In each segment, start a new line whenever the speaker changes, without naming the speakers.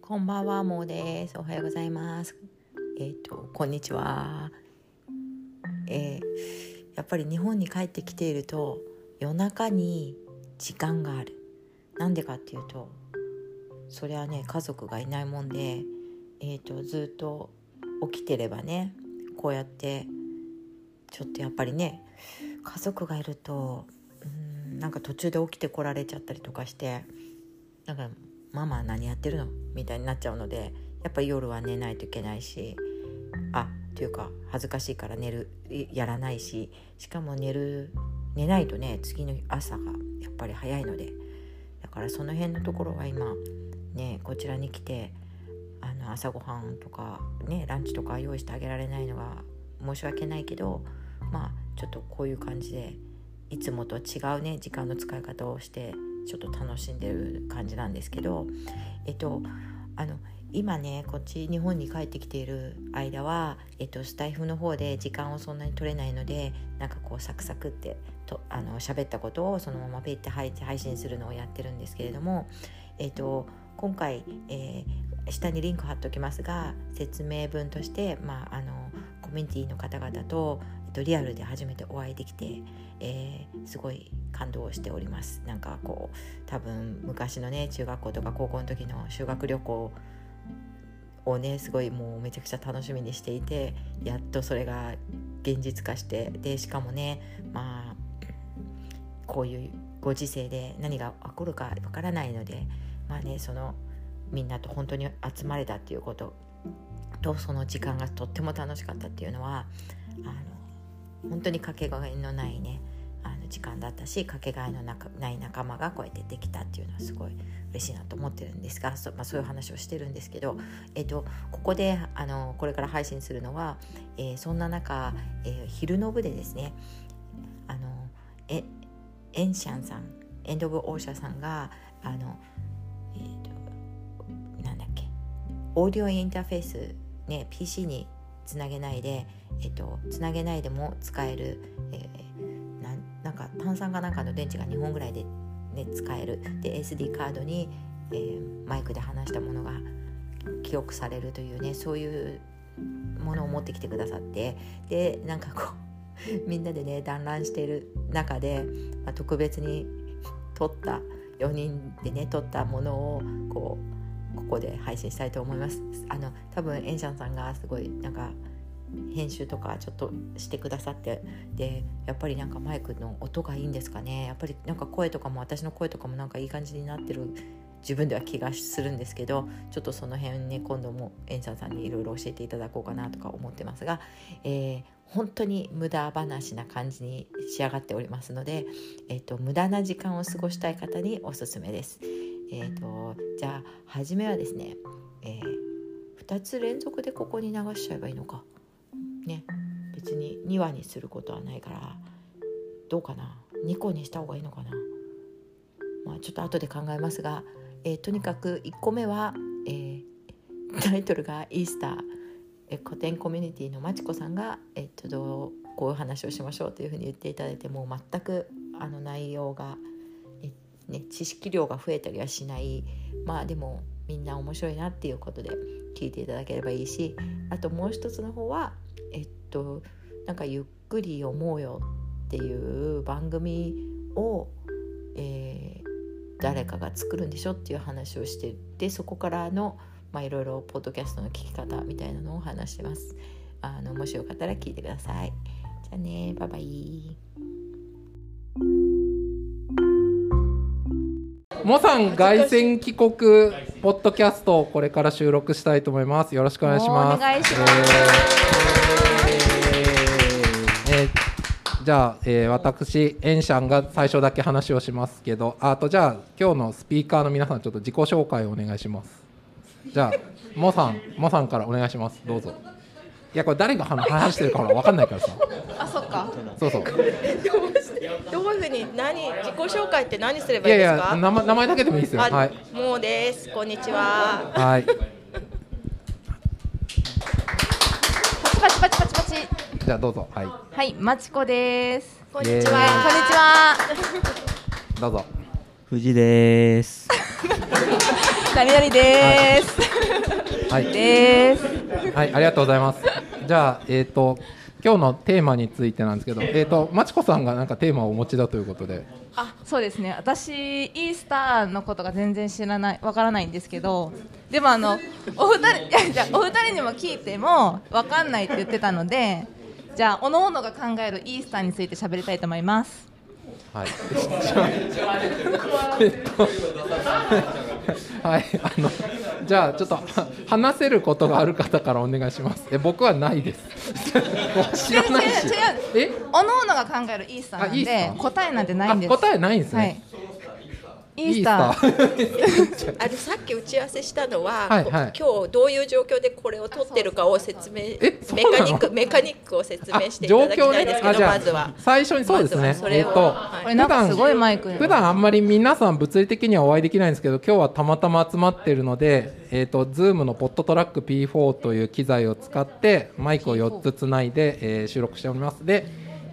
こんばんは、もうです。おはようございます。えっ、ー、と、こんにちは。えー、やっぱり日本に帰ってきていると、夜中に時間がある。なんでかっていうと、そりゃね、家族がいないもんで、えっ、ー、と、ずっと起きてればね、こうやって、ちょっとやっぱりね、家族がいると、うん、なんか途中で起きてこられちゃったりとかして、だから、ママ何やってるのみたいになっちゃうのでやっぱり夜は寝ないといけないしあというか恥ずかしいから寝るやらないししかも寝る寝ないとね次の朝がやっぱり早いのでだからその辺のところは今ねこちらに来てあの朝ごはんとかねランチとか用意してあげられないのは申し訳ないけどまあちょっとこういう感じでいつもと違うね時間の使い方をしてちょっと楽しんでる感じなんですけどえっとあの今ねこっち日本に帰ってきている間は、えっと、スタイフの方で時間をそんなに取れないのでなんかこうサクサクってとあの喋ったことをそのままペイって配配信するのをやってるんですけれども、えっと、今回、えー、下にリンク貼っておきますが説明文として、まあ、あのコミュニティの方々ととリアルで初めてお会いできて、えー、すごい感動しておりますなんかこう多分昔のね中学校とか高校の時の修学旅行をねすごいもうめちゃくちゃ楽しみにしていてやっとそれが現実化してでしかもねまあこういうご時世で何が起こるかわからないのでまあねそのみんなと本当に集まれたっていうこととその時間がとっても楽しかったっていうのはあの本当にかけがえのないねあの時間だったしかけがえのない仲間がこうやってできたっていうのはすごい嬉しいなと思ってるんですがそ,、まあ、そういう話をしてるんですけど、えっと、ここであのこれから配信するのは、えー、そんな中、えー、昼の部でですねあのえエンシャンさんエンド・オブ・オーシャさんがあの、えーと、となんだっけオーディオインターフェース、ね、PC につなげないでえっと、つなげないでも使える、えー、ななんか炭酸かなんかの電池が2本ぐらいで、ね、使えるで SD カードに、えー、マイクで話したものが記憶されるというねそういうものを持ってきてくださってでなんかこう みんなでね団らんしている中で、まあ、特別に撮った4人でね撮ったものをこうここで配信したいと思います。あの多分エンシャンさんがすごいなんか編集とかちょっとしてくださってでやっぱりなんかマイクの音がいいんですかねやっぱりなんか声とかも私の声とかもなんかいい感じになってる自分では気がするんですけどちょっとその辺ね今度もエンシャンさんにいろいろ教えていただこうかなとか思ってますが、えー、本当に無駄話な感じに仕上がっておりますので、えーと、と無駄な時間を過ごしたい方におすすめです。えーと、とじゃあ初めはですね、えー、2つ連続でここに流しちゃえばいいのか。ね別に2話にすることはないからどうかな2個にした方がいいのかな、まあ、ちょっと後で考えますが、えー、とにかく1個目は、えー、タイトルが「イースター」えー、古典コミュニティのまちこさんが、えー、っとどうこういう話をしましょうというふうに言っていただいてもう全くあの内容が、えね、知識量が増えたりはしないまあでもみんな面白いなっていうことで聞いていただければいいしあともう一つの方はえっとなんかゆっくり読もうよっていう番組を、えー、誰かが作るんでしょっていう話をしてでそこからのまあいろいろポッドキャストの聞き方みたいなのを話してますあのもしよかったら聞いてくださいじゃあねバイバイ
モさん凱旋帰国ポッドキャストをこれから収録したいと思いますよろしくお願いします
お願いします、
えーえー、じゃあ、えー、私エンシャンが最初だけ話をしますけどあとじゃあ今日のスピーカーの皆さんちょっと自己紹介をお願いしますじゃあモさんモさんからお願いしますどうぞいやこれ誰が話してるかほら分かんないからさ
あそっか
そうそう
どういうふうに何自己紹介って何すれば
い
い
やい
ですか？
や名前名前だけでもいいですよ。
あ
はい。
もうです。こんにちは。
はい。
パチパチパチパチパチ。
じゃあどうぞ。はい。
はい、まちこです。
こんにち
こんに
は。
ちは。
どうぞ。
藤です。
なりなりです。
はい
です。
はい、ありがとうございます。じゃあ、えっ、と、今日のテーマについてなんですけど、えっ、と、まちこさんがなんかテーマをお持ちだということで。
あ、そうですね。私イースターのことが全然知らない、わからないんですけど、でもあのお二人、いやじゃあお二人にも聞いてもわかんないって言ってたので、じゃあ各々が考えるイースターについて喋りたいと思います。
はい。 えっとはい、あの、じゃあ、ちょっとは話せることがある方からお願いします。え、僕はないです。 もう知らないし。
違う違
え
う違う。各々が考えるイースターな
あイ
ん
ース
で
ター
答えなんてないんです。
あ答えないんですね。
はい。イースター。
あのさっき打ち合わせしたのは、
はいはい
こ今日どういう状況でこれを撮ってるかを説明
えそう
メ
なの
カニックメカニックを説
あ
明してい
状
ただき
況
たい
ね
ですけ
あ
ど
じゃあ
まずは
最初にそうです
ま
ね
ずはそ
え
れ
っ
を
と、
はい
これなんかすごいマイク。
普段あんまり皆さん物理的にはお会いできないんですけど今日はたまたま集まってるので、えー、と Zoom のポットトラック P4 という機材を使ってマイクを4つつないで、えー収録しておりますで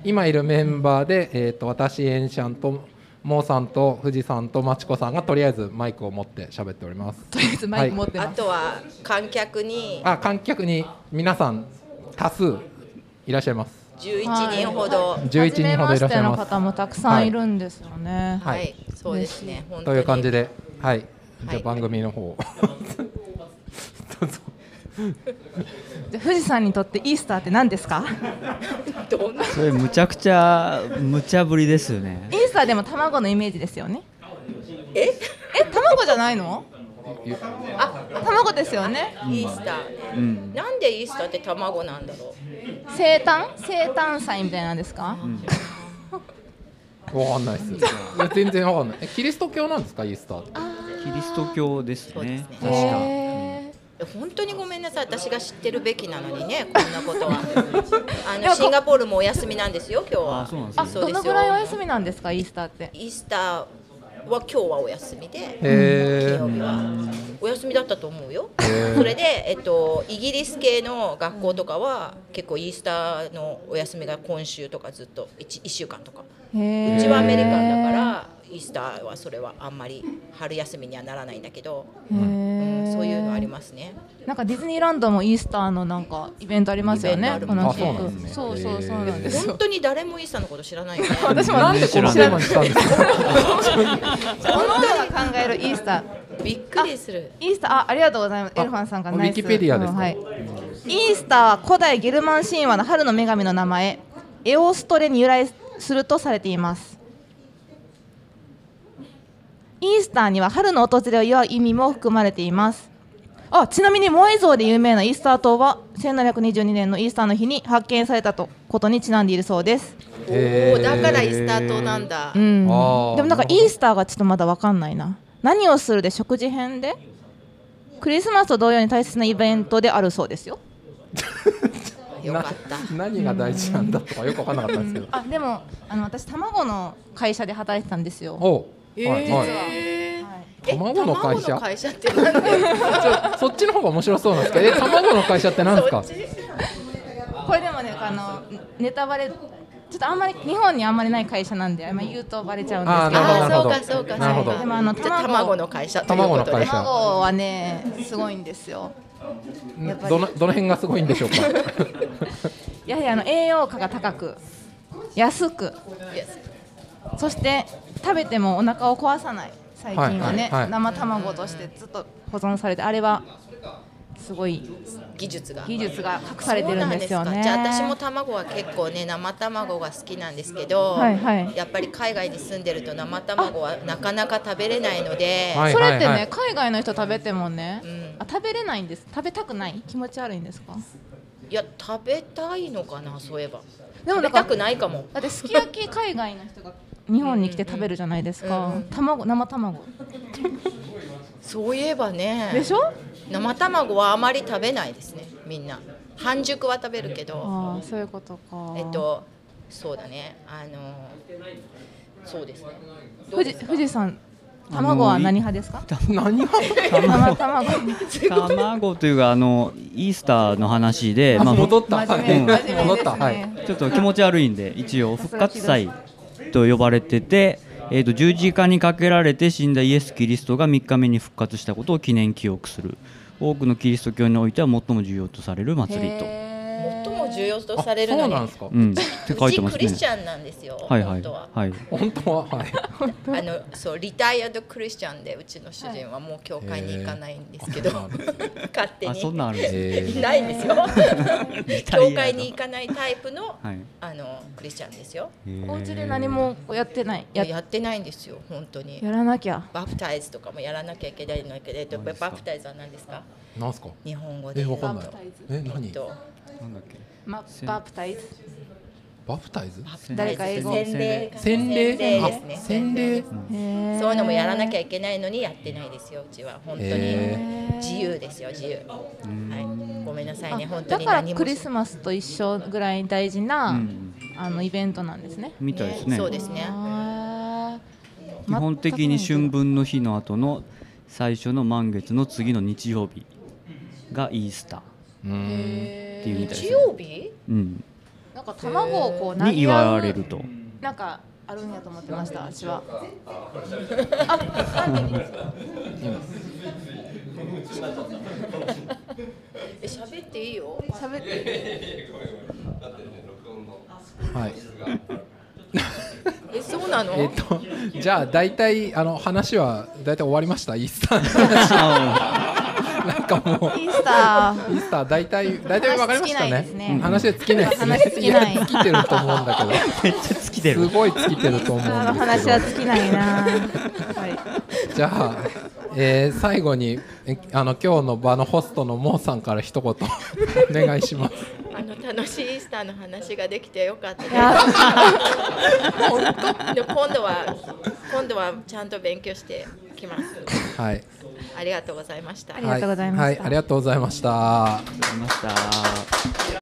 今いるメンバーで、えー、と私エンシャンとモーさんと富士さんとまちこさんがとりあえずマイクを持って喋っております
とりあえずマイク持って
あ
ます。
とは観客に
あ観客に皆さん多数いらっしゃいます
11人ほど、はい
11人ほどいらっしゃい
初めましての
ます
方もたくさんいるんですよね。
はい
そうですね本当
と
に
いう感じで、はい、じ
は
ゃあ
い
番組の方を、
で富士山にとってイースターって何ですか？
どんな
それむちゃくちゃ無茶ぶりですよね
イースターでも卵のイメージですよね。
え
え、卵じゃないの？
あ
卵ですよね。
イースター、ねなんでイースターって卵なんだろ
生誕生誕祭みたいなんですか？
わかんないです。いや全然わかんない。えキリスト教なんですか、イースターって。
キリスト教ですね
そう
確
へ
か
え。
う本当にごめんなさい私が知ってるべきなのにねこんなこと はあ
いや
の
こ
シンガポールもお休みなんですよ今日は
あそうなんですね
あ、どのぐらいお休みなんですかイースターって？
イースターは今日はお休みで金
え
曜日はお休みだったと思うよ、それで、えっと、イギリス系の学校とかは結構イースターのお休みが今週とかずっと 1, 週間とか
へ
うちはアメリカンだか
へ
らイースターはそれはあんまり春休みにはならないんだけど、うん
え。
そういうのありますね
なんかディズニーランドもイースターのなんかイベントありますよね
イベン。ト
こ
ある
の
あそうなんですね
そうそうそうなんです。
本当に誰もイースターのこと知らないよね
私も
なんでこのテーマにしたんですか。
各々が考えるイースター。
びっくりする
イースターあありがとうございますエルファンさんが
あ
ナイス
ウィキペディアですか
うんはい、イースターは古代ゲルマン神話の春の女神の名前エオストレに由来するとされていますイースターには春の訪れを祝う意味も含まれていますあちなみにモエ像で有名なイースター島は1722年のイースターの日に発見されたとことにちなんでいるそうです、
へー
おーだからイースター島なんだ、
うん、で
あー
もなんかイースターがちょっとまだわかんないな何をするで食事編でクリスマスと同様に大切なイベントであるそうですよ
よかった
な何が大事なんだとかよくわかんなかったんですけど。
あでもあの私卵の会社で働いてたんですよ
おう。はいはい。卵の会
え卵
社
の。会社って何
ちょそっちの方が面白そうなんですけど、え卵の会社ってなんですか。
これでもねあのネタバレちょっとあんまり日本にあんまりない会社なんであんまり言うとバレちゃうん
あー
ですけど
あ
なる
あ
ほど
そうかそうかそうか
なるほど
でもあの
じゃあ
卵
卵の会社という
卵
こ
の
とで
会社
卵はねすごいんですよ
どのどの辺がすごいんでしょうか。
やはりあの栄養価が高く安くそして食べてもお腹を壊さない最近はね、
はいはいはい
生卵としてずっと保存されてあれはすごい
技術が
技術が隠されてるんです
そ
よ
うなん
ね。
ですかじゃあ私も卵は結構ね生卵が好きなんですけど、
はいはい
やっぱり海外に住んでると生卵はなかなか食べれないので、
はい
それってね、
はいはい
海外の人食べてもね、
ん
あ食べれないんです食べたくない気持ち悪いんですか
い、や食べたいのかなそういえば
で
食
もな
べ
んか
たくないかも
だってすき焼き海外の人が日本に来て食べるじゃないですか、
うんうん
卵生卵
そういえばね
でしょ
生卵はあまり食べないですねみんな半熟は食べるけど、
ああそういうことか
えっとそうだねあのそうですね
富士富士山
あの
卵は何派で すか
何が。
生卵
卵というかあのイースターの話で、
あ
まあ、
戻った。は
真
い
面目真面目
戻っ
です
た。
ね、
はい。
ちょっと気持ち悪いんで一応復活祭と呼ばれてて、えー、と十字架にかけられて死んだイエス・キリストが3日目に復活したことを記念記憶する多くのキリスト教においては最も重要とされる祭りと、
へー
最も重要と
あ
される
そ
の
う
に
なんですか
うん、って書
う
いて
ち
ます
クリスチ
ね。
ャンなんですよ、
はいは
本
い
当は。
はい。
本当ははい
あのそうリタイアドクリスチャンでうちの主人はもう教会に行かないんですけど、
あ
勝手
あ、
に
そんなんあるんですね。
え
い
ー
ないん ですよ
タイアド
教会に行かないタイプの
はい。
あのクリスチャンですよ
お家で何もこうやってないや
やってないんですよ本当に
やらなきゃ
バプタイズとかもやらなきゃいけないのだけど
何ですか
バプタイズは何ですか
なんですか
日本語で
え
言
わか
うと
んないえ
え
何
っと
なんだっけ。
まバプタイズ
バプタイズ
バプタ
誰
イズ
か英語
洗礼
洗礼
ですね
あ洗礼
そう
そうい
いう
のもやらなきゃ
い
いけないのにやってないですようちは本当に
へ
ー
自由ですよ自由はいごめんなさいね本当
だ
に
から
何も
クリスマスと一緒ぐらい大事な、
うん。
あのイベントなんですね。
みたいですね。
そうですね
あー
基本的に春。分の日の後の最初の満月の次の日曜日がイースターっ
うーん
ていうみたいです、
日
ね。
曜日
うん。
なんか卵をこう投げ合う
に祝われる。 と。
なんかあるんやと思ってました。私は。
え喋っていいよ
喋って。
はい
えそうなの
えっ とじゃあ大体あの話は大体終わりましたイースター の話なんかもう
イースター。
イースター大体大体わかりました
話尽きないです
ね
ね。
話で尽きないですね。
話尽きない
や尽きてると思うんだ
めっちゃ尽き
け
て
ど。
る
す。ごい尽きてると思うん
イースターの
です
話
けど
は。尽きない な。は
じゃあ、えー最後にえあの今日の場のホストのモーさんから一言お願いします。
あの楽しいイースターの話ができてよかった
い。いや
です。でも今度は今度はちゃんと勉強してきます。
はい。
ありがとうございました
あ。りがとうございました
はいはいありがとうございました。
ありました。